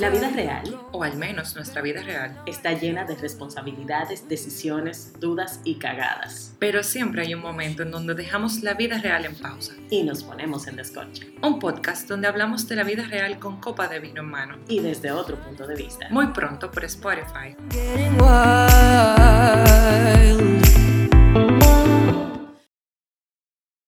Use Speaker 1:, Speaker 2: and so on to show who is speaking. Speaker 1: La vida real
Speaker 2: o al menos nuestra vida real.
Speaker 1: está llena de responsabilidades, decisiones, dudas y cagadas.
Speaker 2: Pero siempre hay un momento en donde dejamos la vida real en pausa.
Speaker 1: Y nos ponemos en desconcha.
Speaker 2: Un podcast donde hablamos de la vida real con copa de vino en mano.
Speaker 1: Y desde otro punto de vista.
Speaker 2: Muy pronto por Spotify.
Speaker 3: Getting wild.